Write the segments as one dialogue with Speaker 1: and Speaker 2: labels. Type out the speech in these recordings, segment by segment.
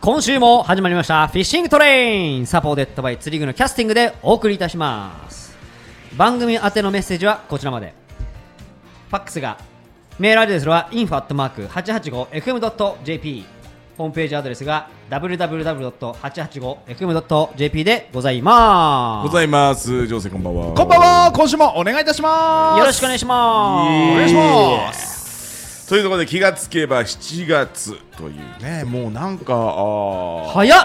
Speaker 1: 今週も始まりましたフィッシングトレインサポーテッドバイ釣り具のキャスティングでお送りいたします番組宛てのメッセージはこちらまでファックスがメールアドレスは info.885fm.jp ホームページアドレスが www.885fm.jp でございま
Speaker 2: ご
Speaker 1: す
Speaker 2: ざいます。ジョーセこんばんは。
Speaker 3: こんばんは今週もお願いいたします
Speaker 1: よろしくお願いします
Speaker 3: お願いします
Speaker 2: というところで気がつけば7月というね、もうなんか、あー
Speaker 1: 早っ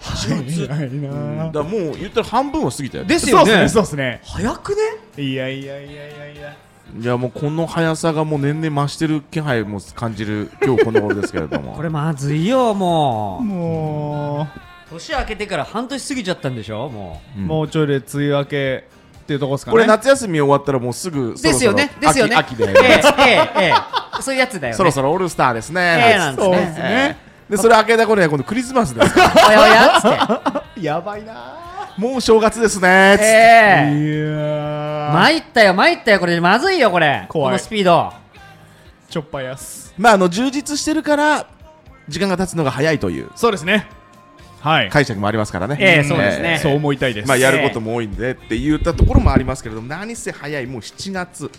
Speaker 3: 早いな
Speaker 2: だ からもう言ったら半分は過ぎたよ。
Speaker 1: です
Speaker 3: そ
Speaker 1: よ
Speaker 3: うですね
Speaker 1: ね
Speaker 3: そうですね
Speaker 1: 早くね
Speaker 3: いやいやいやいやいや
Speaker 2: いやもうこの速さがもう年々増してる気配も感じる今日この頃ですけれども。
Speaker 1: これまずいよもう
Speaker 3: も
Speaker 1: 年明けてから半年過ぎちゃったんでしょも
Speaker 3: うもうちょいで梅雨明けっていうとこですかね
Speaker 2: これ夏休み終わったらもうすぐ
Speaker 1: う
Speaker 2: そろそろ秋秋で
Speaker 1: ええええええそういうやつだよね
Speaker 2: そろそろオールスターです
Speaker 1: ええ
Speaker 2: ね
Speaker 1: なんです
Speaker 3: そうで
Speaker 1: ね
Speaker 3: すね
Speaker 2: でそれ明けた頃には今度クリスマスですから
Speaker 1: おやおやっつって
Speaker 3: やばいな
Speaker 2: もう正月ですねつっ
Speaker 1: え
Speaker 2: て
Speaker 3: いや
Speaker 1: え
Speaker 3: ー
Speaker 1: 参ったよ参ったよこれまずいよこれ
Speaker 3: 怖
Speaker 1: こ
Speaker 3: い
Speaker 1: のスピード
Speaker 3: ちょっぱやす
Speaker 2: まああの充実してるから時間が経つのが早いという
Speaker 3: そうですねはい
Speaker 2: 解釈もありますからね
Speaker 1: ええそうですね
Speaker 3: そう思いたいです
Speaker 2: まあやることも多いんでって言ったところもありますけれども何せ早いもう7月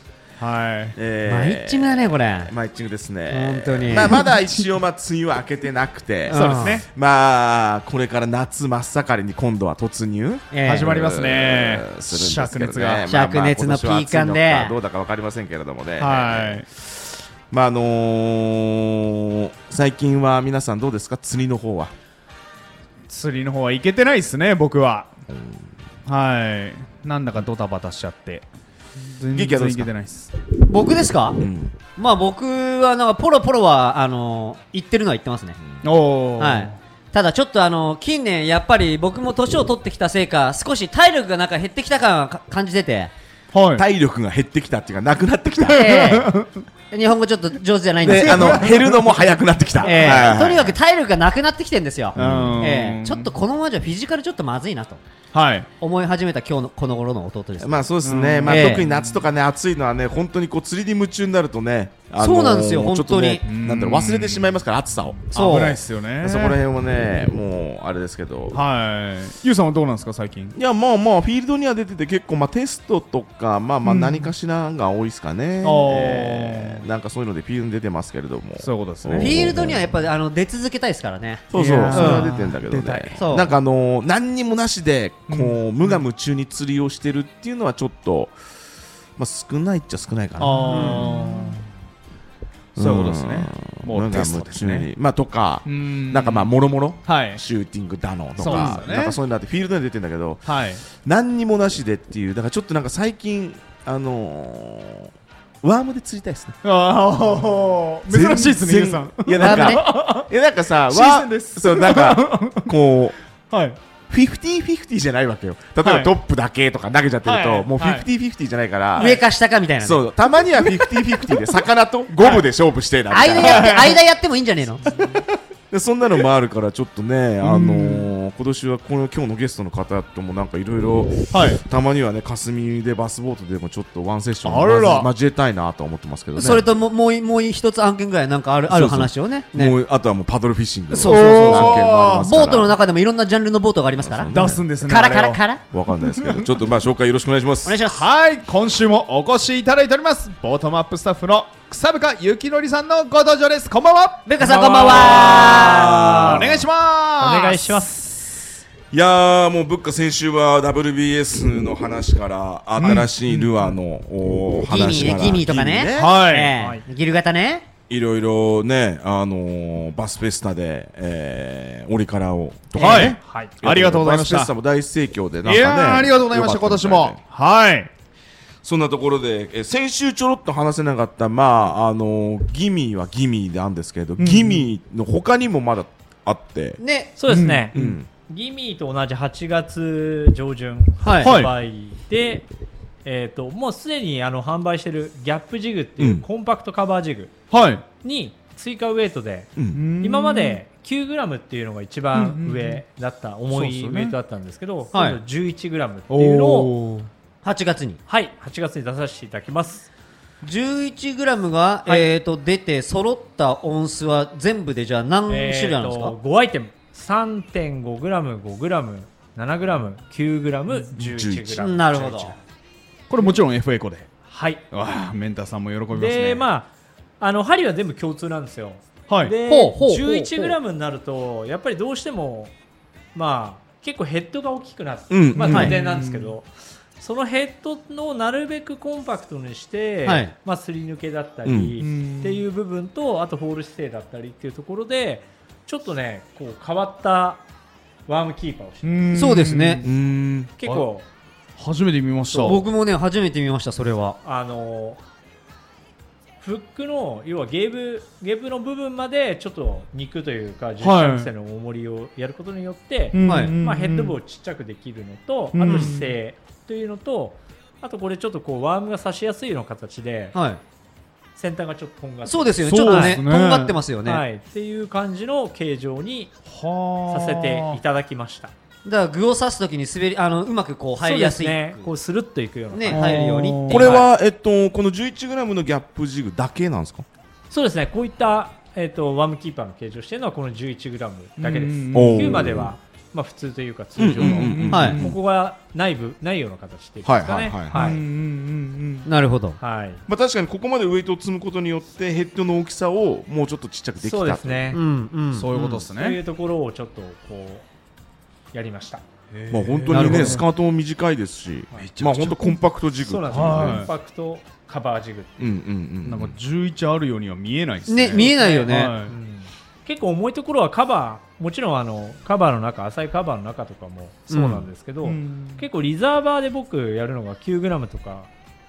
Speaker 3: はい
Speaker 1: マイ
Speaker 2: え
Speaker 1: ッ
Speaker 2: ー
Speaker 1: チだねこれ
Speaker 2: マイチングですね
Speaker 1: 本当に
Speaker 2: まあまだ一応まあ梅雨は明けてなくて
Speaker 1: そ
Speaker 3: そう
Speaker 1: で
Speaker 3: うですす
Speaker 1: ね
Speaker 3: ね
Speaker 2: まあこれから夏真っ盛りに今度は突入
Speaker 1: ええ
Speaker 3: 始まりますね
Speaker 2: えーするんですけどねまあま
Speaker 3: 灼熱が
Speaker 2: あ
Speaker 1: 灼熱のピーカンで
Speaker 2: 今年は暑いのかどうだかわかりませんけれどもね
Speaker 3: はい
Speaker 2: まああのー最近は皆さんどうですか釣りの方は
Speaker 3: 釣りの方は行けてないですね僕は、はいなんだかドタバタしちゃって全然
Speaker 2: 劇はどうで
Speaker 3: 行
Speaker 2: すか
Speaker 3: けてないです
Speaker 1: 僕ですか
Speaker 2: ん
Speaker 1: まあ僕はなんかポロポロはあの言ってるのは言ってますね
Speaker 3: おお
Speaker 1: はい、ただちょっとあの近年、やっぱり僕も年を取ってきたせいか少し体力がなんか減ってきた感はか感じて て、
Speaker 3: はい
Speaker 2: 体力が減ってきたっていうかなくなってきた
Speaker 1: ええ日本語ちょっと上手じゃないんです
Speaker 2: で
Speaker 1: け
Speaker 2: あ
Speaker 1: ど、
Speaker 2: の減るのも早くなってきた
Speaker 1: ええ
Speaker 2: はいはいはい
Speaker 1: とにかく体力がなくなってきてるんですよ、
Speaker 3: うん
Speaker 1: ええちょっとこのままじゃフィジカルちょっとまずいなと
Speaker 3: はい
Speaker 1: 思い始めた今日のこの頃の弟です。
Speaker 2: まあそうですね、まあ、
Speaker 1: ええ
Speaker 2: 特に夏とかね、暑いのはね、本当にこう釣りに夢中になるとね、あのー
Speaker 1: そうなんですよ
Speaker 2: ちょっとね
Speaker 1: 本
Speaker 3: 当に
Speaker 2: なんだろう、忘れてしまいますから、暑さを、
Speaker 1: そう
Speaker 3: 危ないっすよね
Speaker 2: そこら辺もね、もうあれですけど、
Speaker 3: はいゆうさんはどうなんですか最近
Speaker 2: いや、まあまあ、フィールドには出てて、結構、まあ、テストとか、まあまあ、何かしらが多いですかね、
Speaker 3: おー
Speaker 2: えーなんかそういうので、フィールドに出てますけれども。
Speaker 3: そういうことです
Speaker 1: フ
Speaker 2: お
Speaker 3: ね
Speaker 1: ィールドにはやっぱりあの出続けたいですからね。
Speaker 2: そうそう、それ
Speaker 3: いやー
Speaker 2: は出てんだけど
Speaker 3: 出たい
Speaker 2: ね。
Speaker 1: そう
Speaker 2: なんかあのー何にもなしで、こう、無我夢中に釣りをしてるっていうのはちょっと、まあ少ないっちゃ少ないかな。
Speaker 3: ああそういうことですね
Speaker 2: うん
Speaker 3: もうテストです
Speaker 2: なんかもう常
Speaker 3: ね
Speaker 2: にまあとか、
Speaker 3: うん
Speaker 2: なんかまあもろもろ
Speaker 3: はい
Speaker 2: シューティングだのと
Speaker 3: そうです
Speaker 2: か、
Speaker 3: よね
Speaker 2: なんかそういうのあってフィールドに出てんだけど
Speaker 3: はい
Speaker 2: 何にもなしでっていうだからちょっとなんか最近あのー、ワームで釣りたいですね
Speaker 3: ああ珍しいですねゆ
Speaker 2: 全
Speaker 3: うさん
Speaker 2: 然いやなん
Speaker 1: ワ
Speaker 2: かいやなんかさワ
Speaker 3: 新鮮です
Speaker 2: そうなんかこう
Speaker 3: はい
Speaker 2: フィフティフィフティじゃないわけよ例え
Speaker 3: は
Speaker 2: ば
Speaker 3: い
Speaker 2: トップだけとか投げちゃってると、
Speaker 3: はい
Speaker 2: もうフ
Speaker 3: はい
Speaker 2: ィフティフィフティじゃないから、
Speaker 1: 上か下かみたいなね、
Speaker 2: そうたまにはフィフティフィフティで魚とゴムで勝負してなみたいな
Speaker 1: 間やって間やってもいいんじゃねえの
Speaker 2: でそんなのもあるからちょっとね、あのー、今年はこの今日のゲストの方ともなんかいろいろ
Speaker 3: はい
Speaker 2: たまにはね霞でバスボートでもちょっとワンセッション
Speaker 3: あらら
Speaker 2: ま交えたいなとは思ってますけどね
Speaker 1: それとももうもう一つ案件ぐらいなんかあるある話をねね
Speaker 2: もうあとはもうパドルフィッシングの
Speaker 1: そうそうそう
Speaker 2: 案件もありますから
Speaker 1: ボートの中でもいろんなジャンルのボートがありますから。
Speaker 3: 出すんですね
Speaker 1: カラ
Speaker 3: あれを
Speaker 1: カラカラ
Speaker 2: わかんないですけどちょっとまあ紹介よろしくお願いします
Speaker 1: お願いします。
Speaker 3: はい今週もお越しいただいておりますボートマップスタッフの草深ゆきのりさんのご登場ですこんばんは
Speaker 1: ベッカさんこんばんは
Speaker 3: お願いします
Speaker 4: お願いします。
Speaker 2: いやーもう物価先週は WBS の話から新しいルアーのおー
Speaker 1: ギミ
Speaker 2: 話
Speaker 1: ね
Speaker 2: から
Speaker 1: ギミとかね。
Speaker 3: はい
Speaker 1: ええギル型ね。
Speaker 2: いろいろねあのーバスフェスタで、えー、オリカラをとか
Speaker 3: は
Speaker 2: ね
Speaker 3: い、ありがとうございまし
Speaker 2: バスフェスタ
Speaker 3: た
Speaker 2: も大盛況でなんか、
Speaker 3: い
Speaker 2: ね、
Speaker 3: やーありがとうございました
Speaker 2: 良か
Speaker 3: 今
Speaker 2: っ
Speaker 3: 年
Speaker 2: みたいで
Speaker 3: もはい
Speaker 2: そんなところで、えー先週ちょろっと話せなかった、まあ、あのーギミーはギミーなんですけど、ギミーの他にもまだあって、
Speaker 1: ね。
Speaker 4: そうですね。
Speaker 2: ん
Speaker 4: ギミーと同じ8月上旬
Speaker 1: はい
Speaker 4: 販売で、えっ、ともうすでにあの販売してるギャップジグっていううんコンパクトカバージグ
Speaker 3: はい
Speaker 4: に追加ウェイトで、
Speaker 2: うん
Speaker 4: 今まで 9g っていうのが一番上だった、重い
Speaker 3: そう
Speaker 4: ウ
Speaker 3: っすよね
Speaker 4: ェイトだったんですけど、
Speaker 1: はい
Speaker 4: 今度 11g っていうのを
Speaker 3: おー
Speaker 1: 8月に。
Speaker 4: はい8月に出させていただきます。
Speaker 1: 11g が、
Speaker 4: はい
Speaker 1: えー、と出て揃ったオンスは全部でじゃあ何種類あるんですか、
Speaker 4: 5アイテム 3.5g5g7g9g11g
Speaker 1: なるほど
Speaker 3: これもちろん FA コで
Speaker 4: はい
Speaker 3: わあメンターさんも喜びますね
Speaker 4: でまああの針は全部共通なんですよ
Speaker 3: はい
Speaker 4: で
Speaker 1: ほうほうほうほう
Speaker 4: 11g になるとやっぱりどうしてもまあ結構ヘッドが大きくなって、
Speaker 2: うん
Speaker 4: まあ
Speaker 2: うん
Speaker 4: 当然なんですけど、そのヘッドをなるべくコンパクトにして、
Speaker 1: はい
Speaker 4: まあ、すり抜けだったり、
Speaker 3: うん
Speaker 4: っていう部分とあとホール姿勢だったりっていうところでちょっとねこう変わったワームキーパーをして
Speaker 3: ーん
Speaker 1: そうですね
Speaker 2: うん
Speaker 4: 結構
Speaker 3: 初めて見ました
Speaker 1: 僕もね初めて見ましたそれは
Speaker 4: あのフックの要はゲーブゲーブの部分までちょっと肉というか十三伏せの重りをやることによって、
Speaker 3: うん
Speaker 1: はい
Speaker 3: うん
Speaker 4: まあ、ヘッド部をちっちゃくできるのと、
Speaker 3: うん
Speaker 4: あと姿勢というのとあとこれちょっとこうワームが刺しやすいような形で
Speaker 1: はい
Speaker 4: 先端がちょっととんがって
Speaker 1: そうですよねち
Speaker 3: そ
Speaker 1: ょっ
Speaker 3: う
Speaker 1: と
Speaker 3: で
Speaker 1: ね
Speaker 3: す
Speaker 1: と
Speaker 3: ね
Speaker 1: んがってますよね、
Speaker 4: はい、っていう感じの形状に
Speaker 3: はあ
Speaker 4: させていただきました
Speaker 1: だから具を刺すときに滑りあのうまくこう入りやすい
Speaker 4: そうですねこうスルッといくような
Speaker 1: ね
Speaker 4: ね
Speaker 1: 入るようにっていう
Speaker 2: これは、えっと、この 11g のギャップジグだけなんですか
Speaker 4: そうですねこういった、えー、とワームキーパーの形状をしているのはこの 11g だけです
Speaker 3: うん
Speaker 2: おー
Speaker 4: 9までは、まあ、普通というか通常の、
Speaker 2: うんうんうんうん
Speaker 1: はい
Speaker 4: ここが内部ないような形っていうんですかね
Speaker 2: はいはい
Speaker 3: うん
Speaker 2: は
Speaker 3: うんうん
Speaker 1: なるほど
Speaker 4: はい
Speaker 2: まあ、確かにここまでウエイトを積むことによってヘッドの大きさをもうちょっとちっちゃくできた
Speaker 4: そうですね、
Speaker 1: うんう
Speaker 3: うん
Speaker 1: ん
Speaker 3: そういうことです
Speaker 4: そうい
Speaker 3: ね
Speaker 4: うところをちょっとこうやりました
Speaker 2: まあ、本
Speaker 1: な
Speaker 2: 当
Speaker 1: る
Speaker 2: に
Speaker 1: ほど
Speaker 2: ねスカートも短いですし
Speaker 3: めちゃくちゃ
Speaker 2: まあ本当コンパクトジグ
Speaker 4: そうなんですよ、
Speaker 3: はい
Speaker 4: コンパクトカバージグ、
Speaker 2: うんうんう
Speaker 3: なんんか11あるようには見えないですね
Speaker 1: ね見えないよね、
Speaker 3: は
Speaker 4: うん結構重いところはカバーもちろんあのカバーの中浅いカバーの中とかもそうなんですけど、
Speaker 3: うん
Speaker 4: 結構リザーバーで僕やるのが 9g とか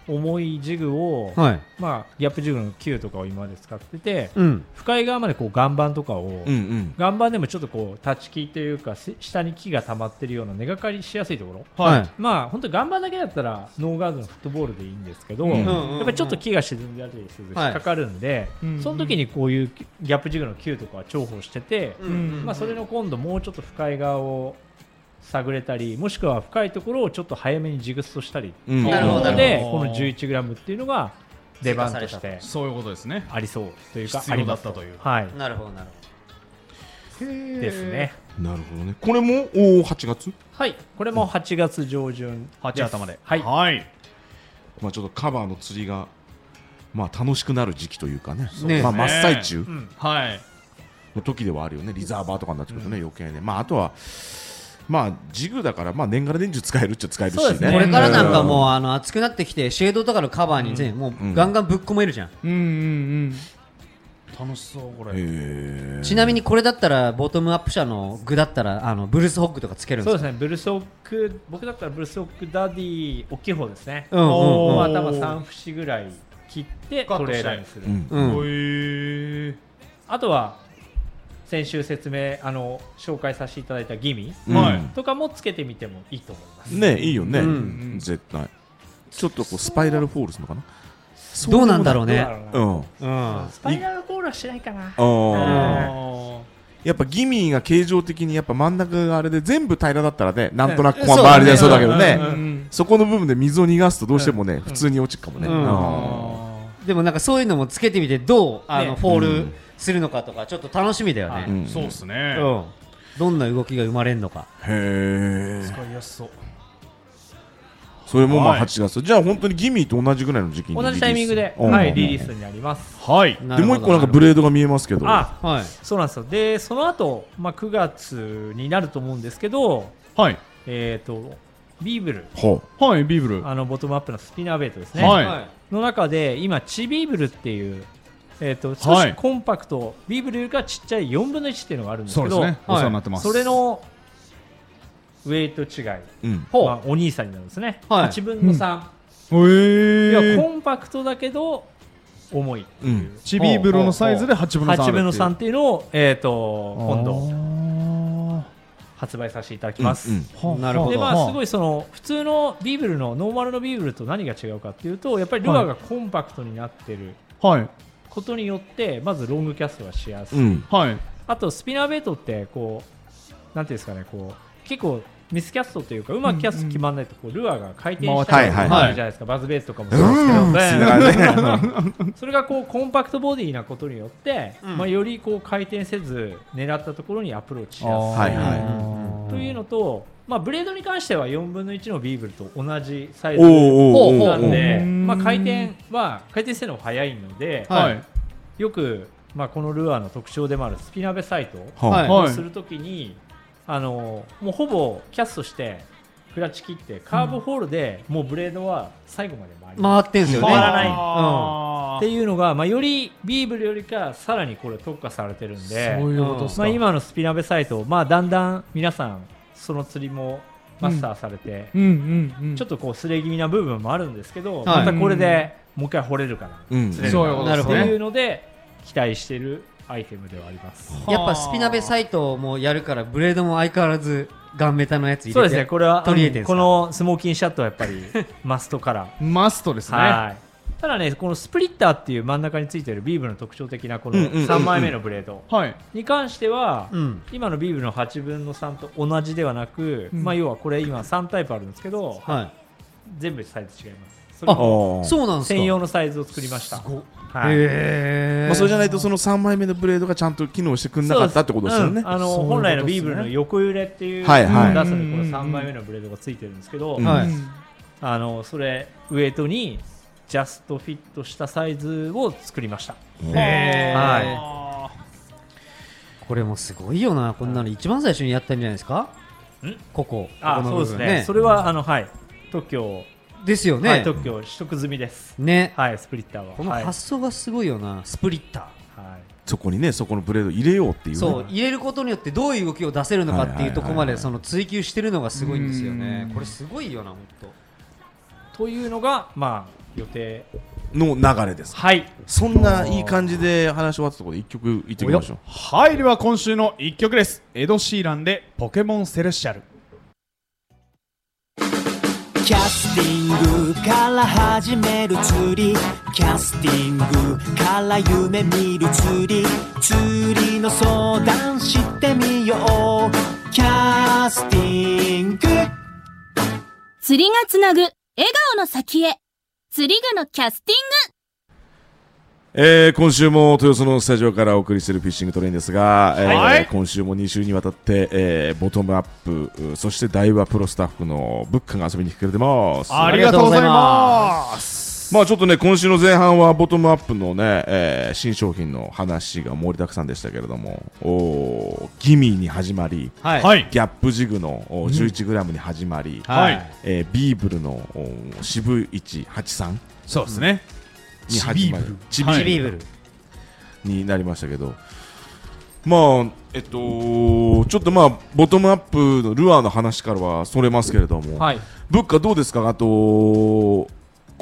Speaker 4: 重いジグを、
Speaker 1: はい
Speaker 4: まあ、ギャップジグの9とかを今まで使ってて
Speaker 1: うん
Speaker 4: 深い側までこう岩盤とかを、
Speaker 2: うんうん
Speaker 4: 岩盤でもちょっとこう立ち木というかし下に木が溜まってるような根がかりしやすいところ
Speaker 1: はい
Speaker 4: まあ本当岩盤だけだったらノーガードのフットボールでいいんですけど、
Speaker 2: うんうん
Speaker 1: うんうん
Speaker 4: やっぱりちょっと木が沈んでたりするし、
Speaker 1: はい
Speaker 4: かかるんで、
Speaker 3: うん
Speaker 4: その時にこういうギャップジグの9とかは重宝してて、
Speaker 3: ん
Speaker 4: まあ、それの今度もうちょっと深い側を探れたりもしくは深いところをちょっと早めにジグストしたりって
Speaker 2: うん
Speaker 4: いう
Speaker 1: なるほ
Speaker 4: の
Speaker 1: ど
Speaker 4: で
Speaker 3: なるほ
Speaker 4: こ
Speaker 3: ど
Speaker 4: の 11g っていうのが出番として
Speaker 3: そういうことですね
Speaker 4: ありそうというか
Speaker 3: 必要だったという
Speaker 4: あります
Speaker 1: なるほどなる
Speaker 4: はいですね
Speaker 2: なるほどねこれもおー8月
Speaker 4: はいこれも8月上旬
Speaker 3: 8頭で
Speaker 4: はい
Speaker 3: はい
Speaker 2: まあちょっとカバーの釣りがまあ楽しくなる時期というかね
Speaker 1: ね
Speaker 2: まあ真っ最中
Speaker 4: うん
Speaker 3: はい
Speaker 2: の時ではあるよねリザーバーとかになってくるとね余計ねまああとはまあジグだからまあ年がら年中使えるっちゃ使えるし
Speaker 4: そうです
Speaker 1: ほ
Speaker 4: ね
Speaker 1: どこれからなんか
Speaker 2: うん
Speaker 1: もうあの暑くなってきてシェードとかのカバーにねもうガンガンぶっ込めるじゃん
Speaker 3: うんうんうん楽しそうこれ
Speaker 2: へー
Speaker 1: ちなみにこれだったらボトムアップ社の具だったらあのブルースホッグとかつけるん
Speaker 4: そ
Speaker 1: で
Speaker 4: う
Speaker 1: す
Speaker 4: で
Speaker 1: か
Speaker 4: すねブルソック僕だったらブルソックダディ大きい方ですね、
Speaker 1: うんうんうん
Speaker 4: もう
Speaker 3: おー
Speaker 4: 頭3節ぐらい切って
Speaker 3: カッ
Speaker 4: ト
Speaker 3: トして
Speaker 4: レーラーにする、
Speaker 2: うん
Speaker 1: うん
Speaker 3: おい
Speaker 4: あとは先週説明あの紹介させていただいたギミ
Speaker 2: うん
Speaker 3: はい
Speaker 4: とかもつけてみてもいいと思います、
Speaker 2: ねいいよね、
Speaker 1: うん
Speaker 3: うん
Speaker 2: 絶対ちょっとこうスパイラルフォールするのかな
Speaker 1: どうなんだろう
Speaker 4: どう
Speaker 1: ね
Speaker 4: だろうな
Speaker 2: うん
Speaker 1: うん
Speaker 4: スパイラルコールはしないかな
Speaker 2: あ
Speaker 4: うん
Speaker 2: ーやっぱギミーが形状的にやっぱ真ん中があれで全部平らだったらねなんとなくこう
Speaker 1: そうだね
Speaker 2: 周りでそうだけどね、
Speaker 3: うんうん
Speaker 2: そこの部分で水を逃がすとどうしてもね、普通に落ちるかもね、
Speaker 1: うん
Speaker 2: あ
Speaker 1: でもなんかそういうのもつけてみてどうあの
Speaker 4: ね
Speaker 1: フォー
Speaker 2: う
Speaker 1: ル
Speaker 2: ん
Speaker 1: するのかとかちょっと楽しみだよ
Speaker 2: ーう
Speaker 1: ね
Speaker 2: ん
Speaker 3: そうっすね
Speaker 1: うんどんな動きが生まれるのか
Speaker 2: へえ
Speaker 3: 使いやすそう
Speaker 2: それもま
Speaker 3: は
Speaker 2: あ
Speaker 3: い
Speaker 2: 8月じゃあ本当にギミーと同じぐらいの時期に
Speaker 4: 同じタイミングで、
Speaker 2: うん
Speaker 4: はい、リリースになります
Speaker 3: はい
Speaker 1: な
Speaker 2: で
Speaker 1: るほど
Speaker 2: もう一個なんかブレードが見えますけど
Speaker 4: あ
Speaker 1: はい
Speaker 4: そうなんですよでその後、まあ9月になると思うんですけど
Speaker 3: はい
Speaker 4: えっ、とビーブル
Speaker 2: ほ
Speaker 3: はいビーブル
Speaker 4: あのボトムアップのスピナーベイトですね、
Speaker 3: はい
Speaker 4: の中で今チビーブルっていう、えー、と少
Speaker 3: はい
Speaker 4: しコンパクト、ビーブルよりかちっちゃい4分の1っていうのがあるんです
Speaker 3: そう
Speaker 4: け
Speaker 3: で
Speaker 4: ど
Speaker 3: すねお世話になって
Speaker 4: は
Speaker 3: ま
Speaker 4: い
Speaker 3: す
Speaker 4: それのウェイト違い、
Speaker 2: う、うん、
Speaker 1: ほう
Speaker 4: まあ、お兄さんになるんですね、
Speaker 1: はい
Speaker 4: 8分の3、
Speaker 3: へー
Speaker 4: いやコンパクトだけど重いっていう、
Speaker 3: チビーブロのサイズで8分の3
Speaker 4: 8分の3
Speaker 3: ある
Speaker 4: っていうのを、えー、と
Speaker 3: っていう
Speaker 4: 今度発売させていただきます、
Speaker 2: うんうん
Speaker 3: あーはあ
Speaker 1: なるほど
Speaker 4: でまあ、すご
Speaker 3: い
Speaker 4: いその普通のビーブルのノーマルのビーブルと何が違うかっていうとやっぱりルアーがコンパクトになってる
Speaker 3: はい
Speaker 4: ことによってまずロングキャストがしやすい、
Speaker 2: うん
Speaker 3: はい
Speaker 4: あとスピナーベイトってこうなんていうんですかねこう結構ミスキャストというかうまくキャスト決まらないとこうルアーが回転し
Speaker 2: は
Speaker 4: た
Speaker 2: い
Speaker 4: りす
Speaker 2: はい
Speaker 4: るじ
Speaker 2: はい
Speaker 4: ゃないですかバズベースとかもそうですけど
Speaker 2: うんつながるね
Speaker 4: それがこうコンパクトボディなことによって、まあ、よりこう回転せず狙ったところにアプローチしやすい、
Speaker 2: はいはい
Speaker 4: というのと、まあ、ブレードに関しては4分の1のビーブルと同じサイズ
Speaker 2: おーおーおーおー
Speaker 4: なんで、
Speaker 3: うん
Speaker 4: まあ、回転は回転性能早いので、
Speaker 1: はい
Speaker 4: よく、まあ、このルアーの特徴でもあるスピナベサイト
Speaker 2: は
Speaker 1: は
Speaker 4: を
Speaker 3: はい
Speaker 4: するときに、あのもうほぼキャストしてクラッチ切ってカーブホールでもうブレードは最後まで回ります
Speaker 1: 回ってんすよね
Speaker 4: 回らない
Speaker 3: あ
Speaker 4: っ
Speaker 3: ー
Speaker 4: ていうのが、まあ、よりビーブルよりかさらにこれ特化されてるんで
Speaker 3: そういうことっすか
Speaker 4: まあ、今のスピナベサイト、まあ、だんだん皆さんその釣りもマスターされて、
Speaker 3: うんうんうん
Speaker 4: ちょっとこうすれ気味な部分もあるんですけど、
Speaker 1: はい
Speaker 4: またこれでもう一回掘れるかな、
Speaker 2: いうん
Speaker 4: 釣れる
Speaker 3: そういう
Speaker 4: か
Speaker 3: こ
Speaker 1: な
Speaker 3: と
Speaker 4: な
Speaker 3: で
Speaker 1: る
Speaker 3: す
Speaker 1: ほど
Speaker 4: ってい
Speaker 3: ね
Speaker 4: うので期待してるアイテムではあります。
Speaker 1: やっぱスピナベサイトもやるからブレードも相変わらずガンメタのやつ入れて
Speaker 4: そうですね、これは、
Speaker 1: 取り入れてんすか
Speaker 4: このスモーキンシャットはやっぱりマストから。
Speaker 3: マストですね
Speaker 4: はいただね、このスプリッターっていう真ん中についてるビーブルの特徴的なこの
Speaker 2: うんうんうんうん
Speaker 4: 3枚目のブレード
Speaker 3: はい
Speaker 4: に関しては、
Speaker 1: うん
Speaker 4: 今のビーブルの8分の3と同じではなく、
Speaker 3: うん
Speaker 4: まあ、要はこれ今3タイプあるんですけど、
Speaker 1: は
Speaker 4: 全部サイズ違います。そ
Speaker 1: あ
Speaker 4: れも
Speaker 2: お
Speaker 1: い
Speaker 2: ー
Speaker 1: そうなんですか
Speaker 4: 専用のサイズを作りました。はい
Speaker 1: へえ
Speaker 2: まあ、それじゃないとその3枚目のブレードがちゃんと機能してくれなかったってことですよね
Speaker 4: うん。あの
Speaker 3: そういうことっすね
Speaker 4: 本来のビーブルの横揺れっていう
Speaker 2: はいはい
Speaker 4: ダスにこの3枚目のブレードがついてるんですけど、
Speaker 2: うん
Speaker 1: はい
Speaker 3: うん
Speaker 4: あのそれウエイトにジャストフィットしたサイズを作りました。
Speaker 1: へー
Speaker 3: は
Speaker 1: これもすごいよなこんなの一番最初にやったんじゃないですか
Speaker 4: ん
Speaker 1: ここ
Speaker 4: あ
Speaker 1: ここの
Speaker 4: そ
Speaker 1: 部
Speaker 4: うです
Speaker 1: 分
Speaker 4: ね。それはあのはい特許、
Speaker 1: ですよ
Speaker 4: はい
Speaker 1: ね
Speaker 4: 特許取得済みです。
Speaker 1: ね
Speaker 4: はいスプリッターは。
Speaker 1: この
Speaker 4: はい、はい
Speaker 1: 発想がすごいよなスプリッタ
Speaker 2: そこにねそこのブレード入れようってい
Speaker 1: ー
Speaker 2: う,、
Speaker 1: そう入れることによってどういう動きを出せるのかっていうところまでその追求してるのがすごいんですよ
Speaker 3: う
Speaker 1: ね
Speaker 3: ん
Speaker 1: これすごいよな本当
Speaker 4: というのがまあ予定
Speaker 2: の流れです
Speaker 4: はい
Speaker 2: そんないい感じで話し終わったところで1曲いってみましょう
Speaker 3: いでは今週の一曲ですエド・シーランで「ポケモンセレシャル
Speaker 5: キャスティングから始める釣りキャスティングから夢見る釣り釣りの相談してみようキャスティング
Speaker 6: 釣りがつなぐ笑顔の先へ釣り具のキャスティング
Speaker 2: えー今週も豊洲のスタジオからお送りするフィッシングトレインですが、えー
Speaker 3: はい
Speaker 2: 今週も2週にわたって、えーボトムアップうそしてダイワプロスタッフのブッカが遊びに来てくれてます」
Speaker 3: あ
Speaker 1: り
Speaker 3: り
Speaker 1: が
Speaker 3: が
Speaker 1: と
Speaker 3: と
Speaker 1: うご
Speaker 3: うご
Speaker 1: ざ
Speaker 3: ざ
Speaker 1: い
Speaker 3: い
Speaker 1: ま
Speaker 3: ます
Speaker 2: まあちょっとね今週の前半はボトムアップのね、えー新商品の話が盛りだくさんでしたけれどもおーギミーに始まり
Speaker 1: はい
Speaker 3: はい
Speaker 2: ギャップジグのお 11g に始まり、
Speaker 3: はい
Speaker 2: えービーブルのお渋183
Speaker 3: そうですね
Speaker 2: に始まりチ
Speaker 3: チビ
Speaker 2: ビ
Speaker 3: ーブ
Speaker 1: チ
Speaker 3: ル
Speaker 1: ビーブル
Speaker 2: になりましたけど、まあ、えっと、ちょっとまあ、ボトムアップのルアーの話からはそれますけれども、
Speaker 4: はい
Speaker 2: 物価どうですか、あと、こ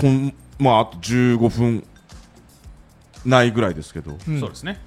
Speaker 2: んまあ、あと15分ないぐらいですけど、
Speaker 3: うんそうですね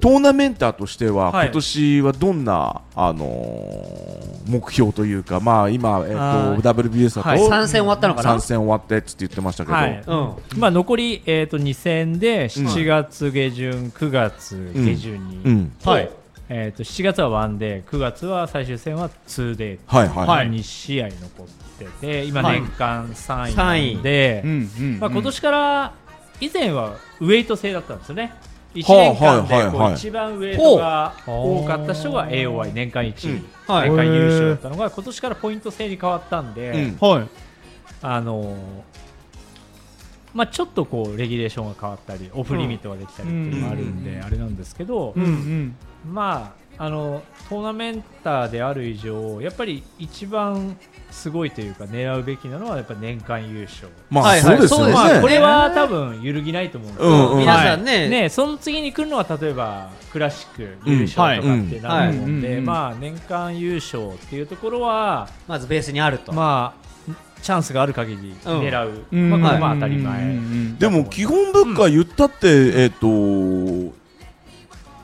Speaker 2: トーナメンターとしては、
Speaker 4: はい
Speaker 2: 今年はどんな、あのー目標というか、まあ、今、えっと
Speaker 4: あー、
Speaker 2: WBS だ
Speaker 4: はい
Speaker 2: と、
Speaker 1: 3戦終わったのかな
Speaker 2: 3戦終わってっつって言ってましたけど、
Speaker 4: はい、うん、まあ残りえっ、と2戦で7月下旬9月下旬に、
Speaker 2: うん、
Speaker 4: はいえー、と7月はワンデー9月は最終戦はツーデー
Speaker 2: はいはい、
Speaker 3: はい
Speaker 4: 2試合残ってて今
Speaker 1: はい
Speaker 4: 年間3位なんで、
Speaker 3: うんうん
Speaker 4: まあ、今年から以前はウエイト制だったんですよね1
Speaker 2: はあ
Speaker 4: 年
Speaker 2: は
Speaker 4: 間
Speaker 2: い
Speaker 4: で
Speaker 2: はい
Speaker 4: こ
Speaker 2: は
Speaker 4: う
Speaker 2: い
Speaker 4: 一番ウエイトが多かった人が AOI 年間1位、
Speaker 1: はい
Speaker 4: 年間優勝だったのが今年からポイント制に変わったんで、
Speaker 2: うん
Speaker 3: はい
Speaker 4: あのーまあ、ちょっとこうレギュレーションが変わったりオフリミットができたりっていうのがあるんで、あれなんですけど、
Speaker 3: うんうん
Speaker 4: まあ、あのトーナメンターである以上やっぱり一番すごいというか狙うべきなのはやっぱ年間優勝、
Speaker 2: まあ、
Speaker 1: はいはい
Speaker 2: そうですよ
Speaker 1: そうで
Speaker 2: ね。
Speaker 1: す
Speaker 4: まあ、こ
Speaker 1: ね
Speaker 4: れは多分揺るぎないと思うんですけど、
Speaker 2: うんうん
Speaker 1: 皆さんね
Speaker 4: ね、その次に来るのは例えばクラシック優勝とかってなると思うん
Speaker 3: うんはい
Speaker 4: で
Speaker 3: うん
Speaker 4: まあ年間優勝っていうところは、
Speaker 1: まずベースにあると
Speaker 4: まあ、チャンスがある限り狙う、
Speaker 3: うん
Speaker 4: まあ、これはまあ当たり前。
Speaker 3: うんうん
Speaker 2: でも基本物価言ったって、えっ、と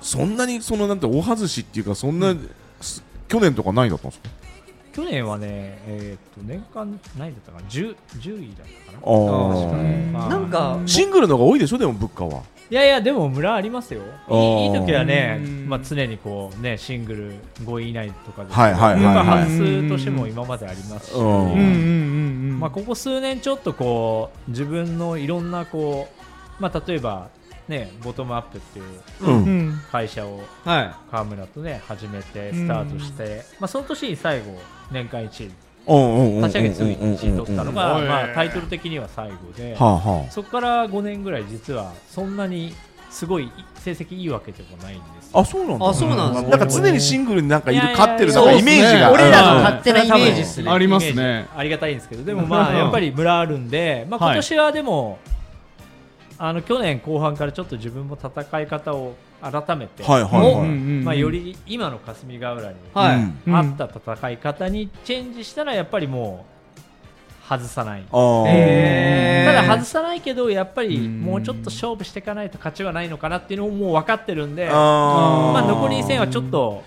Speaker 2: そんなにそのなんて大外しっていうかそんな、す去年とかないだったんですか
Speaker 4: 去年はね、えーっと年間何位だったかな 10, 10位だったかな
Speaker 2: あー
Speaker 1: 確か
Speaker 3: に
Speaker 4: まあ
Speaker 1: なんか
Speaker 2: シングルの方が多いでしょでも物価はい
Speaker 4: やいやでも村ありますよ
Speaker 2: あー
Speaker 4: いいい時はね
Speaker 3: うん、
Speaker 4: まあ、常にこうねシングル5位以内とかで、
Speaker 2: はいはいはいはい
Speaker 4: まあ半数年も今までありますし、
Speaker 2: うん
Speaker 3: ん
Speaker 4: まあ、ここ数年ちょっとこう自分のいろんなこう、まあ、例えば、ね、ボトムアップっていう
Speaker 2: うん
Speaker 3: ん
Speaker 4: 会社を
Speaker 1: はい
Speaker 4: 川村とね始めてスタートして、まあ、その年に最後年間1位
Speaker 2: うんうんうんうんうんうん
Speaker 4: 立ち上げてすぐ1位取ったのが、
Speaker 3: うん
Speaker 4: まあ、タイトル的には最後で、
Speaker 2: はあは
Speaker 4: そこから5年ぐらい実はそんなにすごい成績いいわけでもないんですよ
Speaker 2: ああそうなんだ
Speaker 1: あそうなんですね
Speaker 2: なんか常にシングルになんかいる
Speaker 4: いやいやいや
Speaker 2: 勝ってるな
Speaker 1: そう
Speaker 2: んか
Speaker 1: ですね
Speaker 2: イメージが
Speaker 1: 俺らの
Speaker 2: うん
Speaker 1: 勝手なイメージっすね
Speaker 3: ありますね
Speaker 4: ありがたいんですけどでもまあやっぱり村あるんで、まあ、今年はでも、あの去年後半からちょっと自分も戦い方を改めて、
Speaker 2: はいはいはい
Speaker 4: まあ、より今の霞ヶ浦に
Speaker 1: は
Speaker 2: う
Speaker 1: い
Speaker 2: ん
Speaker 4: 合った戦い方にチェンジしたらやっぱりもう外さない。
Speaker 2: あー
Speaker 1: へー
Speaker 4: ただ外さないけどやっぱり
Speaker 3: うん
Speaker 4: もうちょっと勝負していかないと勝ちはないのかなっていうのももう分かってるんで
Speaker 2: あー
Speaker 4: まあ、残り戦はちょっと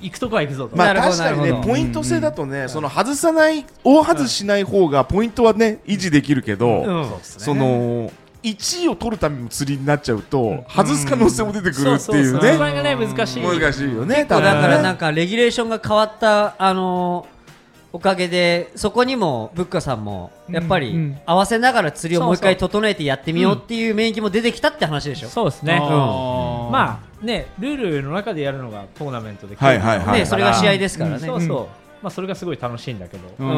Speaker 4: 行くとこは行くぞと、
Speaker 2: ま
Speaker 1: な
Speaker 2: あ
Speaker 1: るほど
Speaker 2: 確かに
Speaker 1: なる
Speaker 2: ね
Speaker 1: ほど
Speaker 2: ポイント制だとねその外さない大外しない方がポイントはね維持できるけど、
Speaker 4: うん
Speaker 2: その1位を取るための釣りになっちゃうと外す可能性も出てくるっていう
Speaker 4: そそそ
Speaker 2: ね
Speaker 4: れがね難しい
Speaker 2: 難しいよね
Speaker 1: だ
Speaker 2: 多分ね
Speaker 1: からなんかレギュレーションが変わったあのーおかげでそこにもブッカさんもやっぱ
Speaker 3: うんう
Speaker 1: り
Speaker 3: ん
Speaker 1: 合わせながら釣りをもう一回
Speaker 4: そ
Speaker 1: 整えてやってみようっていう免疫も出てきたって話でしょ
Speaker 4: そうですね
Speaker 3: あー
Speaker 4: まあねルールの中でやるのがトーナメントで
Speaker 2: はいはいはい
Speaker 1: ねそれが試合です
Speaker 4: す
Speaker 1: か
Speaker 4: かららね、
Speaker 1: ね
Speaker 4: そうそう、まあ、それがすごい楽しいんだけど、
Speaker 3: う
Speaker 1: うん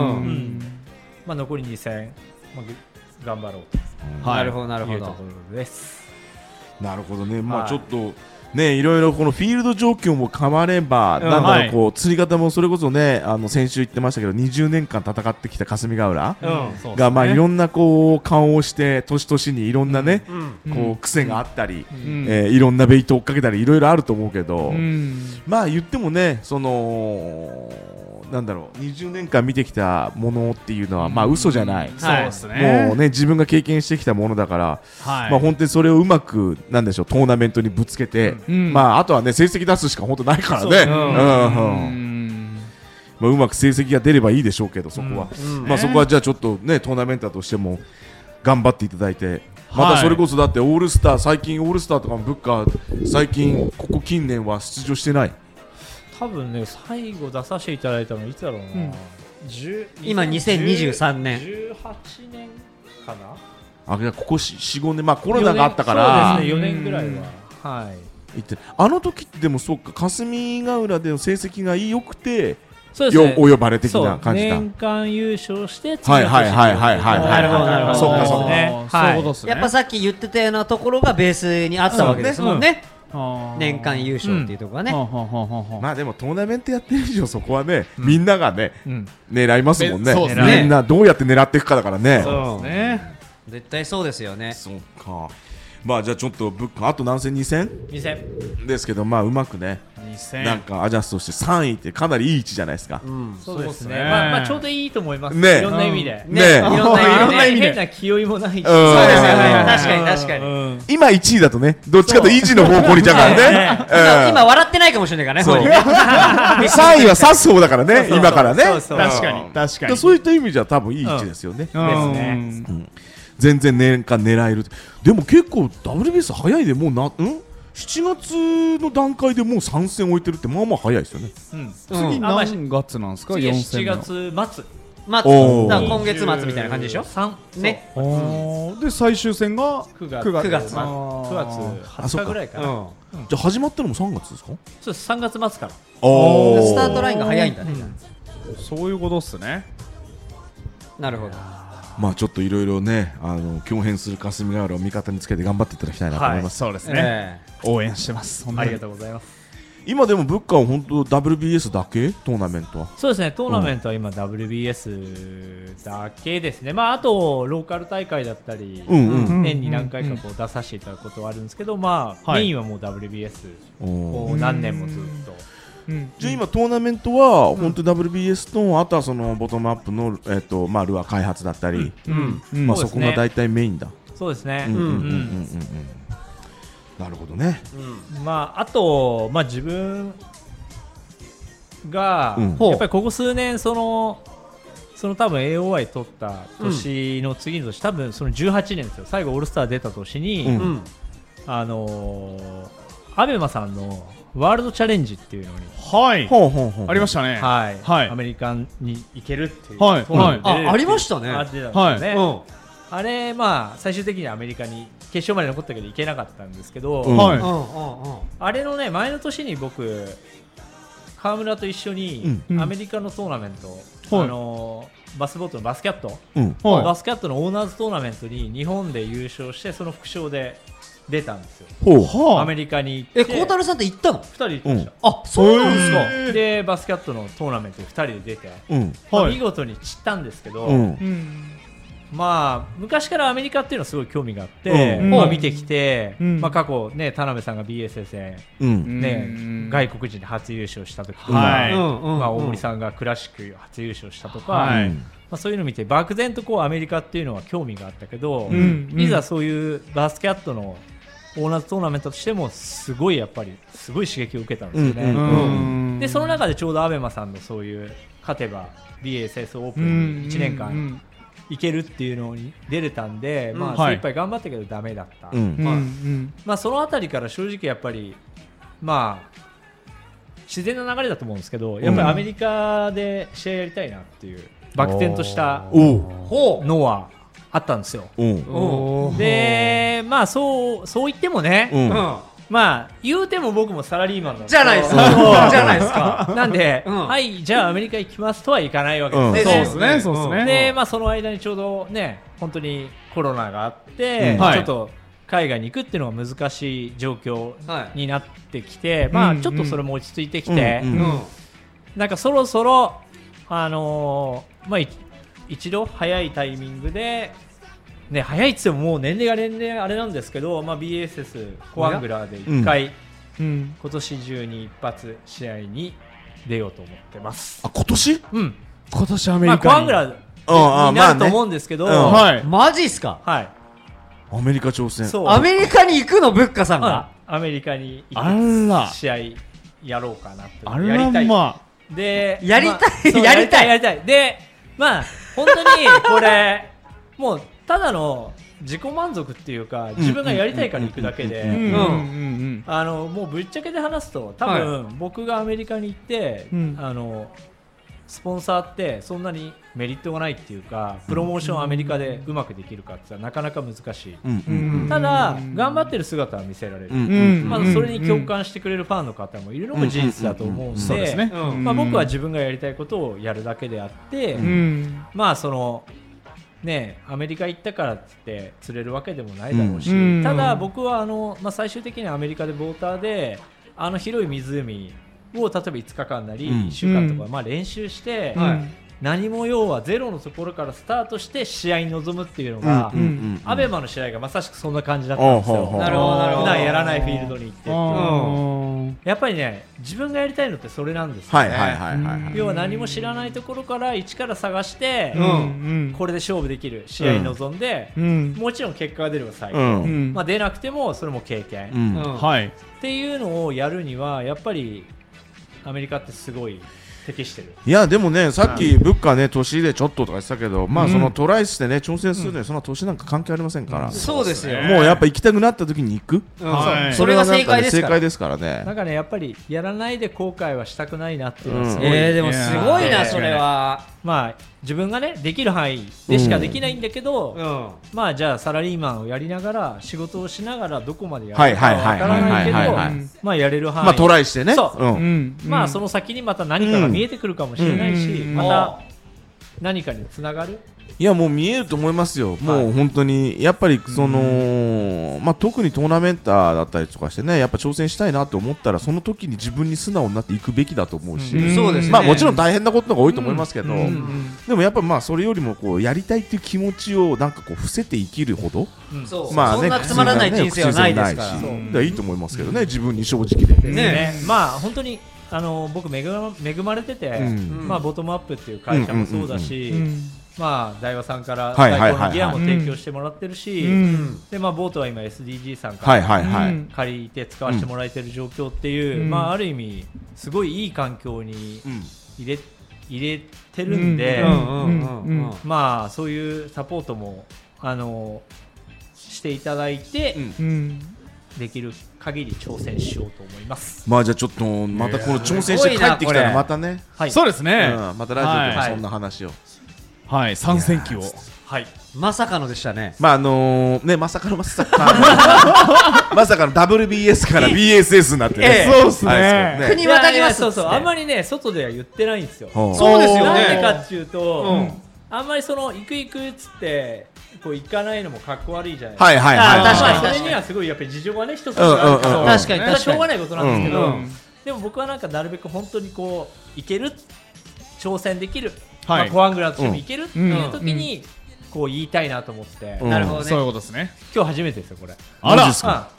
Speaker 3: ん
Speaker 4: まあ、残り2戦、まあ、ぐ頑張ろうと
Speaker 1: なるほどなる
Speaker 4: い
Speaker 1: ほ
Speaker 4: うと
Speaker 1: ど
Speaker 4: ころです
Speaker 2: なるほどねま
Speaker 4: は
Speaker 2: あ
Speaker 4: い
Speaker 2: ちょっとねいろいろこのフィールド状況も変われば
Speaker 4: うん
Speaker 2: なんだ
Speaker 3: は
Speaker 2: ろう
Speaker 3: い
Speaker 2: こう釣り方もそれこそねあの先週言ってましたけど20年間戦ってきた霞ヶ浦
Speaker 4: うん
Speaker 3: そうっすね
Speaker 2: がまあいろんなこう顔をして年々にいろんなねこう癖があったり
Speaker 3: うん
Speaker 2: えーいろんなベイト追っかけたりいろいろあると思うけど
Speaker 3: うん
Speaker 2: まあ言ってもねそのなんだろう20年間見てきたものっていうのはまあ嘘じゃない、
Speaker 3: そうですね
Speaker 2: もうね自分が経験してきたものだから、
Speaker 3: はい
Speaker 2: まあ本当にそれをうまくなんでしょうトーナメントにぶつけて、
Speaker 3: うん
Speaker 2: まああとはね成績出すしか本当ないからね
Speaker 4: そ
Speaker 2: う
Speaker 4: ううん
Speaker 2: う
Speaker 3: う
Speaker 2: ん
Speaker 3: ん
Speaker 2: まあ、うまく成績が出ればいいでしょうけどそこは、まあ
Speaker 3: ね
Speaker 2: そこはじゃあちょっとねトーナメンターとしても頑張っていただいて。またそれこそだってオールスター最近オールスターとかもブッカー最近ここ近年は出場してない
Speaker 4: 多分ね最後出させていただいたのいつだろうな、
Speaker 3: ん
Speaker 4: 10
Speaker 1: 今2023年
Speaker 4: 18年かな
Speaker 2: あいやここ45年まあコロナがあったから
Speaker 4: そうですね4年ぐらいははい
Speaker 2: 行ってあの時ってでもそうか霞ヶ浦での成績が良くて
Speaker 4: そうです
Speaker 2: よ
Speaker 4: ね
Speaker 2: お呼ばれ的な
Speaker 4: そう
Speaker 2: 感じだ
Speaker 4: 年間優勝して
Speaker 2: はいはいはいはいはいはい
Speaker 1: なるほどなるほど
Speaker 2: そうかそうか
Speaker 4: ね
Speaker 3: そういう
Speaker 4: は
Speaker 3: こ
Speaker 4: い
Speaker 3: とですね
Speaker 1: やっぱさっき言ってたようなところがベースにあったわけですもんね
Speaker 3: ぱ
Speaker 1: 年間優勝っていうところがね
Speaker 2: まあでもトーナメントやってる以上そこはねみんながね
Speaker 4: うん
Speaker 2: 狙いますもんね
Speaker 3: ねそうです
Speaker 1: ね
Speaker 2: みんなどうやって狙っていくかだからね
Speaker 1: そう
Speaker 3: ね
Speaker 1: 絶対そうですよね
Speaker 2: そうかまあじゃあちょっとブックあと何戦2戦
Speaker 4: 2戦
Speaker 2: ですけどまあうまくねなんかアジャストして3位ってかなりいい位置じゃないですか
Speaker 4: そう
Speaker 3: そう
Speaker 4: ですね
Speaker 3: ですね
Speaker 4: まあまあちょうどいいと思います
Speaker 2: ね
Speaker 4: いろんな意味で
Speaker 2: ね
Speaker 1: ね
Speaker 2: え
Speaker 1: いろんな意味で
Speaker 4: いろんな意
Speaker 3: 味で
Speaker 4: 味で変な気負いもないし
Speaker 2: うん
Speaker 1: そうですよ
Speaker 2: はいは
Speaker 1: ね
Speaker 2: い
Speaker 1: 確かに確かに
Speaker 2: 今1位だとねどっちかというと維持の方向にだからね
Speaker 1: 今
Speaker 2: うん
Speaker 1: 今笑ってないかもしれないからね
Speaker 2: そう
Speaker 1: 本
Speaker 2: 3
Speaker 1: 人
Speaker 2: 位
Speaker 1: ね
Speaker 2: は刺す方だからね今からね
Speaker 4: そうそう
Speaker 3: 確かに確か
Speaker 2: うん
Speaker 3: に
Speaker 2: そういった意味じゃ多分いい位置ですよね
Speaker 3: うん
Speaker 4: ですね
Speaker 2: 全然年間狙えるでも結構 WBS 早いでもうなうん7月の段階でもう3戦置いてるってまあまあ早いですよね
Speaker 3: 次何月なんですか
Speaker 4: 次
Speaker 3: 4
Speaker 4: は
Speaker 3: 戦
Speaker 4: 7
Speaker 3: 目は
Speaker 4: 月
Speaker 1: 末
Speaker 4: 末
Speaker 1: だから今月末みたいな感じでしょ
Speaker 4: 3
Speaker 1: ね
Speaker 3: あーで最終戦が
Speaker 4: 9月
Speaker 3: 九月
Speaker 1: 9月
Speaker 4: まあ
Speaker 3: あー
Speaker 4: 9月
Speaker 2: あそ
Speaker 4: 20
Speaker 2: っか
Speaker 4: 日ぐらいか
Speaker 1: う
Speaker 4: なそうん
Speaker 2: じゃあ始まったのも3月ですか
Speaker 4: です3月末から
Speaker 2: お
Speaker 1: スタートラインが早いんだね
Speaker 3: そういうことっすね
Speaker 1: なるほど
Speaker 2: まあちょっといろいろねあの強変する霞ヶ浦を味方につけて頑張っていただきたいなと思います、
Speaker 3: そうです
Speaker 1: え
Speaker 3: ね
Speaker 1: え
Speaker 3: 応援してます本当
Speaker 4: あ
Speaker 3: に
Speaker 4: りがとうございます
Speaker 2: 今でも物価は本当 WBS だけトーナメントは
Speaker 4: そうですねトーナメントは今 WBS だけですねまああとローカル大会だったり
Speaker 2: うんうん、
Speaker 3: ん
Speaker 4: 年に何回かこう出させていただくことはあるんですけどまあ
Speaker 3: はい
Speaker 4: メインはもう WBS
Speaker 2: おー
Speaker 4: もう何年もずっと
Speaker 3: うん
Speaker 2: じゃあ今トーナメントは本当 WBS とあとはそのボトムアップの、えっとまあ、ルアー開発だったり、
Speaker 4: うん
Speaker 2: まあ、
Speaker 4: そ
Speaker 2: そ
Speaker 4: うです
Speaker 2: こ
Speaker 4: ね
Speaker 2: が大体メインだ
Speaker 4: そうですね
Speaker 2: うんうんうんうんうん
Speaker 4: うん
Speaker 2: なるほどね
Speaker 4: まああとまあ自分が、
Speaker 2: うん
Speaker 1: ほう
Speaker 4: やっぱりここ数年そのその多分 AOI 取った年の次の年、多分その18年ですよ最後オールスター出た年に、
Speaker 2: うん
Speaker 1: うん
Speaker 4: あのー、アベマさんのワールドチャレンジっていうのに、
Speaker 3: はい。
Speaker 2: ほうほうほう
Speaker 3: ありましたね。
Speaker 4: はい
Speaker 3: はい
Speaker 4: アメリカに行けるっていう、
Speaker 3: はい
Speaker 4: トーナメントに出
Speaker 1: は
Speaker 4: れるっていう
Speaker 1: いあありましたね
Speaker 4: あ出たんですよね
Speaker 1: うんうん
Speaker 4: あれ、まあ、最終的にアメリカに決勝まで残ったけど行けなかったんですけど、
Speaker 2: うん
Speaker 3: はい。
Speaker 1: うん
Speaker 4: あれのね前の年に僕川村と一緒に
Speaker 3: うん
Speaker 4: アメリカのトーナメント、
Speaker 3: はい
Speaker 4: あのーバスボートのバスキャット、
Speaker 2: うん
Speaker 3: は
Speaker 4: バスキャットのオーナーズトーナメントに日本で優勝してその副賞で出たんですよ
Speaker 2: ほう
Speaker 3: い。は
Speaker 4: アメリカに行って
Speaker 1: え孝太郎さんって行ったの
Speaker 4: 2人で行きました、
Speaker 1: あそうなんですか
Speaker 3: へー
Speaker 4: でバスキャットのトーナメントに2人で出て、
Speaker 2: うん
Speaker 4: まあ
Speaker 3: はい
Speaker 4: 見事に散ったんですけど、
Speaker 2: うん
Speaker 3: うん。
Speaker 4: まあ昔からアメリカっていうのはすごい興味があって、
Speaker 3: うん
Speaker 4: まあ、
Speaker 3: うん
Speaker 4: 見てきて、
Speaker 3: うん
Speaker 4: まあ、過去ね田辺さんが BSSN
Speaker 2: うん
Speaker 4: ね、
Speaker 3: うん
Speaker 4: 外国人で初優勝した時とか、
Speaker 3: はい
Speaker 1: うんうんうん
Speaker 4: まあ、大森さんがクラシック初優勝したとか、
Speaker 3: は
Speaker 4: ま
Speaker 3: い。
Speaker 4: あ、そういうの見て漠然とこうアメリカっていうのは興味があったけど、
Speaker 3: ん
Speaker 4: いざそういうバスケットのオーナーズトーナメントとしてもすごいやっぱりすごい刺激を受けたんですよね。
Speaker 2: うんうん
Speaker 3: うん
Speaker 4: でその中でちょうどアベマさんのそういう勝てば BASS オープンに1年
Speaker 3: うん
Speaker 4: 間いけるっていうのに出れたんで、まあ、
Speaker 3: はい
Speaker 4: 精一杯頑張ったけどダメだった、
Speaker 2: うん
Speaker 3: うんうん
Speaker 4: まあ、その辺りから正直やっぱり、まあ、自然な流れだと思うんですけどやっぱりアメリカで試合やりたいなっていう漠然とした
Speaker 2: おう
Speaker 1: ほう
Speaker 4: のはあったんですよ。
Speaker 2: うん
Speaker 1: おー
Speaker 4: で、まあそうそう言ってもね、
Speaker 2: うん
Speaker 1: うん
Speaker 4: まあ言うても僕もサラリーマンなんで
Speaker 1: じゃない ですか
Speaker 4: そう
Speaker 1: じゃないです か
Speaker 4: なんで、
Speaker 1: うん
Speaker 4: はい、じゃあアメリカ行きますとはいかないわけです、
Speaker 2: うん
Speaker 4: ね
Speaker 3: そうですね、そうです
Speaker 1: う
Speaker 3: ね。
Speaker 4: で、まあ、その間にちょうどね、本当にコロナがあって、
Speaker 2: うん
Speaker 3: はい
Speaker 4: ちょっと海外に行くっていうのが難しい状況
Speaker 1: はい
Speaker 4: になってきて、ま
Speaker 3: う
Speaker 4: あ、
Speaker 3: んうん
Speaker 4: ちょっとそれも落ち着いてきて、
Speaker 2: うん
Speaker 1: うん
Speaker 4: なんかそろそろ、あのーまあ、い一度早いタイミングで、ね、早いっつってももう年齢が年齢あれなんですけど、まあ、BSS コアングラーで1回、
Speaker 3: うん
Speaker 4: 今年中に一発試合に出ようと思ってます。
Speaker 2: あ今年
Speaker 4: うん、
Speaker 3: 今年アメ
Speaker 4: まあ、
Speaker 3: リカに。
Speaker 4: コアングラー
Speaker 2: ああ
Speaker 4: になると
Speaker 2: まあね
Speaker 4: 思うんですけど、
Speaker 2: うん
Speaker 3: はい。
Speaker 1: マジっすか
Speaker 4: はい、
Speaker 2: アメリカ挑戦
Speaker 4: そう
Speaker 1: アメリカに行くのブッカさんが
Speaker 4: うんアメリカに
Speaker 3: あ
Speaker 4: 行
Speaker 3: ら
Speaker 4: く試合やろうかなと
Speaker 3: あ
Speaker 4: や
Speaker 3: ら
Speaker 4: りたい、
Speaker 3: ま
Speaker 4: で
Speaker 1: やりたい
Speaker 4: まあそう
Speaker 1: やりたい
Speaker 4: やりたいやりたいでまあ本当にこれ もうただの自己満足っていうか自分がやりたいから行くだけ
Speaker 2: うんうん
Speaker 3: あ。
Speaker 2: う
Speaker 4: で
Speaker 1: ん
Speaker 3: ん
Speaker 4: あのもうぶっちゃけで話すと多分僕がアメリカに行って、
Speaker 3: うん
Speaker 4: あのスポンサーってそんなにメリットがないっていうかプロモーションをアメリカでうまくできるかって言ったらなかなか難しい。
Speaker 2: うんう
Speaker 3: うんん
Speaker 4: ただ頑張ってる姿は見せられる、
Speaker 2: うんうん
Speaker 3: うん。
Speaker 4: まあ、それに共感してくれるファンの方もいるのも事実だと思う
Speaker 2: うん
Speaker 4: ん
Speaker 3: そうですね
Speaker 4: で、まあ、僕は自
Speaker 3: 分
Speaker 4: 分がやりたいことをやるだけであって、
Speaker 3: うん
Speaker 4: まあそのねアメリカ行ったからっつって釣れるわけでもないだろうし、
Speaker 3: うん
Speaker 4: ただ僕はあの、まあ、最終的にアメリカでボーターであの広い湖を例えば5日間なり
Speaker 2: うん
Speaker 4: 1週間とか、
Speaker 3: うん
Speaker 4: まあ、練習して、
Speaker 3: はい
Speaker 4: 何も要はゼロのところからスタートして試合に臨むっていうのが、
Speaker 2: うんうん
Speaker 4: アベマの試合がまさしくそんな感じだったんです
Speaker 2: ああ
Speaker 4: よ
Speaker 2: ほうほうなる
Speaker 1: ほどなるほど
Speaker 4: 普段やらないフィールドに行ってっていう
Speaker 3: うん
Speaker 4: やっぱりね自分がやりたいのってそれなんですよね、
Speaker 2: はいはいはいはいはい
Speaker 4: 要は何も知らないところから一から探して、
Speaker 3: うん
Speaker 4: これで勝負できる試合に臨んで、
Speaker 3: うん
Speaker 4: もちろん結果が出れば最
Speaker 2: う
Speaker 4: 高、
Speaker 2: ん
Speaker 3: ん
Speaker 4: まあ、出なくてもそれも経験、
Speaker 2: う
Speaker 4: っ
Speaker 2: ん
Speaker 1: うん
Speaker 3: はい
Speaker 4: ていうのをやるにはやっぱりアメリカってすごい適してる
Speaker 2: いやでもねさっき物価ね年でちょっととか言ってたけどまあ
Speaker 3: うん
Speaker 2: そのトライしてね挑戦するのにそんな年なんか関係ありませんから
Speaker 1: そうですよ
Speaker 3: ね
Speaker 2: もうやっぱ行きたくなった時に行く
Speaker 1: うん
Speaker 3: はい
Speaker 1: それが正解
Speaker 2: ね
Speaker 1: です
Speaker 2: 正
Speaker 1: か
Speaker 2: 解
Speaker 1: ら
Speaker 2: ですからね
Speaker 4: なんかねやっぱりやらないで後悔はしたくないなっていうのはすごい、
Speaker 1: えーでもすごい
Speaker 4: いや
Speaker 1: な
Speaker 4: ー
Speaker 1: それは
Speaker 4: まあ自分がねできる範囲でしかできないんだけど、
Speaker 1: うん
Speaker 4: まあじゃあサラリーマンをやりながら仕事をしながらどこまでや
Speaker 2: はい
Speaker 4: るか
Speaker 2: はい
Speaker 4: は
Speaker 2: はい
Speaker 4: わ
Speaker 2: は
Speaker 4: か
Speaker 2: い
Speaker 4: らないけ
Speaker 2: はい
Speaker 3: はい
Speaker 4: どまあやれる範囲、
Speaker 2: まあトライしてね
Speaker 4: そう
Speaker 2: うん
Speaker 3: うん
Speaker 4: まあその先にまた何かが見えてくるかもしれないし、
Speaker 3: うん
Speaker 4: また何かにつながる、
Speaker 2: いやもう見えると思いますよ、もう本当に、やっぱりその、まあ、特にトーナメンターだったりとかしてね、やっぱ挑戦したいなと思ったら、その時に自分に素直になっていくべきだと思うし、
Speaker 3: うん
Speaker 1: そうですね
Speaker 2: まあ、もちろん大変なことの方が多いと思いますけど、
Speaker 3: うん
Speaker 2: でもやっぱまあそれよりもこうやりたいっていう気持ちをなんかこう伏せて生きるほど、
Speaker 1: そう
Speaker 2: まあ
Speaker 1: そんなつまらない人生はないですから
Speaker 2: 口癖も
Speaker 3: そ
Speaker 2: な
Speaker 3: う
Speaker 2: いしだらいいと思いますけどね、自分に正直で。
Speaker 1: ね
Speaker 4: ねまあ本当にあの僕恵ま恵まれてて、
Speaker 2: うん
Speaker 4: まあ、ボトムアップっていう会社もそうだし、
Speaker 3: うん
Speaker 4: まあ、大和さんから
Speaker 2: はいはいはいは
Speaker 4: 最
Speaker 2: い
Speaker 4: 高のギアも提供してもらってるし、
Speaker 3: うん
Speaker 4: でまあ、ボートは今 SDG さんか
Speaker 2: はい
Speaker 4: ら
Speaker 2: はいは
Speaker 3: う
Speaker 2: い
Speaker 3: ん
Speaker 4: 借りて使わせてもらえてる状況っていう、
Speaker 3: うん
Speaker 4: まあ、ある意味すごいいい環境に
Speaker 2: うん
Speaker 4: 入れ入れてるんで、
Speaker 3: うん
Speaker 1: うんうんうんうん
Speaker 4: まあ、そういうサポートもあのしていただいて、
Speaker 2: うん
Speaker 3: うん
Speaker 4: できる限り挑戦しようと思います。
Speaker 2: まあじゃあちょっとまたこの挑戦し
Speaker 1: い
Speaker 2: て
Speaker 1: やー
Speaker 2: 帰っ
Speaker 1: す
Speaker 2: てきた
Speaker 1: ごい
Speaker 2: ら
Speaker 1: な
Speaker 2: またね、
Speaker 4: はい、
Speaker 3: そうですね、
Speaker 2: うん、またラジオでもそんな話を、
Speaker 3: はい参戦記を
Speaker 4: はい、
Speaker 1: まさかのでしたね
Speaker 2: まああのー、ねまさかのまさかのまさかの WBS から BSS になって
Speaker 1: ええ
Speaker 3: そうっすね
Speaker 2: あれですけど
Speaker 1: 国渡り
Speaker 4: いやい
Speaker 1: ま
Speaker 4: や
Speaker 1: す
Speaker 4: そうそうあんま
Speaker 1: り
Speaker 4: りね外では言ってないんですよ。
Speaker 2: ほう
Speaker 1: そうですよ
Speaker 4: なんでか
Speaker 1: ね
Speaker 4: っていうと、
Speaker 1: うん
Speaker 4: あんまりその行く行くっつってこう行かないのもかっこ悪いじゃないですか。
Speaker 2: はいはいはい
Speaker 1: あー
Speaker 4: まあ
Speaker 1: 確かに
Speaker 4: それにはすごいやっぱり事情がね人それぞれあるから、
Speaker 2: うんうんう
Speaker 1: 確
Speaker 2: ん
Speaker 1: かに
Speaker 4: それは
Speaker 1: 確
Speaker 4: しょう
Speaker 1: か
Speaker 4: が
Speaker 1: に
Speaker 4: ないことなんですけど、
Speaker 1: うん
Speaker 4: でも僕はなんかなるべく本当にこう行ける挑戦できる、
Speaker 3: はい
Speaker 4: まあ、コアングラーとしても行けるっていう時
Speaker 3: う
Speaker 4: に、こう言いたいなと思って、
Speaker 2: うん
Speaker 1: なるほど
Speaker 3: そういう
Speaker 1: ね
Speaker 3: ことですね
Speaker 4: 今日初めてですよこれ。
Speaker 3: あら
Speaker 2: マジっすか
Speaker 4: あ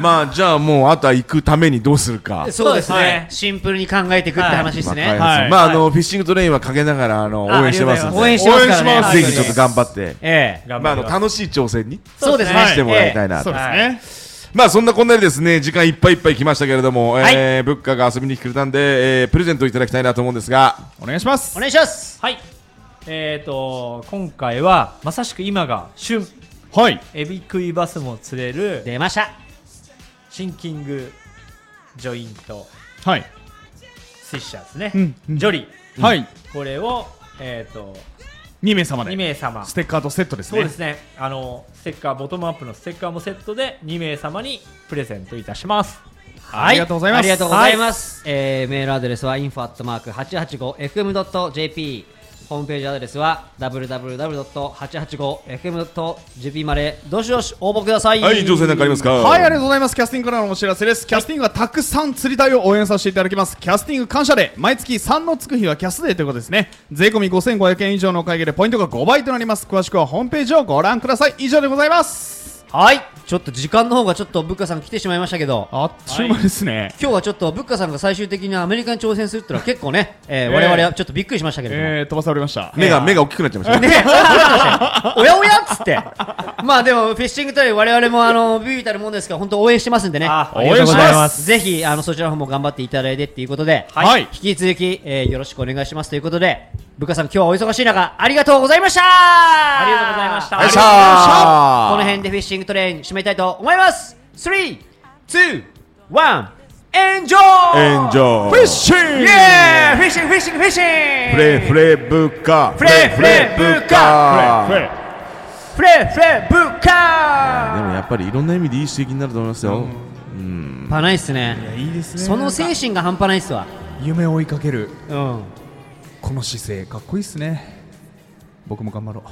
Speaker 2: まあじゃあもうあとは行くためにどうするか
Speaker 1: そうです
Speaker 4: は
Speaker 1: ね
Speaker 4: い
Speaker 1: シンプルに考えていくって話です
Speaker 2: まあ
Speaker 1: ね
Speaker 2: 開発
Speaker 3: はい
Speaker 2: まああのフィッシングトレインはかけながらあの応
Speaker 4: あ
Speaker 2: 援してますんで
Speaker 1: 応援してますから
Speaker 3: 応援し
Speaker 1: ね
Speaker 3: ま
Speaker 1: は
Speaker 3: す
Speaker 1: い
Speaker 2: ぜひちょっと頑張って、
Speaker 1: ええ
Speaker 4: 頑
Speaker 2: まあ、あ
Speaker 4: 張り
Speaker 2: の
Speaker 4: ます。
Speaker 2: 楽しい挑戦に
Speaker 1: そうですね
Speaker 2: してもらいたいなと
Speaker 3: そうですね
Speaker 2: まあそんなこんなでですね時間いっぱいいっぱい来ましたけれども、えー、ブッカが遊びに来てくれたんで、えー、プレゼントいただきたいなと思うんですが
Speaker 3: お願いします
Speaker 1: お願いします
Speaker 4: はい。えっ、と今回はまさしく今が旬
Speaker 3: はい
Speaker 4: エビ食いバスも釣れる
Speaker 1: 出ました
Speaker 4: シンキングジョイント
Speaker 3: はい
Speaker 4: スイッシャーですね、
Speaker 3: うんうん
Speaker 4: ジョリー、
Speaker 3: はい
Speaker 4: これをえっ、と
Speaker 3: 2名様
Speaker 4: 2
Speaker 3: で
Speaker 4: 名様
Speaker 3: ステッカーとセットです
Speaker 4: そう
Speaker 3: ね
Speaker 4: ですねあのステッカーボトムアップのステッカーもセットで2名様にプレゼントいたします
Speaker 3: はいありがとうございます
Speaker 1: ありがとうございます。えーメールアドレスは info@885fm.jp ホームページアドレスは www.885fm.jp までどしどし応募ください。
Speaker 2: はい女性なんかありますか
Speaker 3: はい、ありがとうございます。キャスティングからのお知らせです。キャスティングはたくさん釣り隊を応援させていただきます。キャスティング感謝デー。毎月3のつく日はキャスデーということですね。税込み5500円以上のお買い上げでポイントが5倍となります。詳しくはホームページをご覧ください。以上でございます。
Speaker 1: はい。ちょっと時間の方がちょっとブッカさん来てしまいましたけど、
Speaker 3: あっちゅう間ですね。
Speaker 1: 今日はちょっとブッカさんが最終的にアメリカに挑戦するってのは結構ね、えー
Speaker 3: ええ
Speaker 1: 我々はちょっとびっくりしましたけれども。
Speaker 3: えー、飛ばされました。
Speaker 2: 目が目が大きくなっちゃいましたね
Speaker 1: ね、おやおやっつって、まあでも、フィッシングトレイ、我々もあのビビたるもんですから、本当、応援してますんでね、
Speaker 4: あ
Speaker 3: ありがとうございます
Speaker 1: ぜひあのそちらの方も頑張っていただいてっていうことで、
Speaker 3: はい
Speaker 1: 引き続き、えーよろしくお願いしますということで、部下さん、今日はお忙しい中、ありがとうございました
Speaker 4: あ
Speaker 1: あ
Speaker 4: りがとうございました
Speaker 2: よいしょ
Speaker 1: この辺でフィッシングトレイン、締めたいと思います。3、2、1、エンジョイ
Speaker 2: エンジョイ
Speaker 3: フィッシュ
Speaker 1: イエーイフィッシング、フィッシング、フィッシング
Speaker 2: フレフレブッカフ
Speaker 1: レフレブッカ
Speaker 2: フレフレブッカ
Speaker 1: フレフレブッカ
Speaker 2: でもやっぱりいろんな意味でいい刺激になると思いますよ、
Speaker 1: 半端ないっすね
Speaker 3: いいですね
Speaker 1: その精神が半端ないっすわ
Speaker 3: 夢を追いかける、
Speaker 1: うん
Speaker 3: この姿勢、かっこいいっすね。僕も頑張ろう。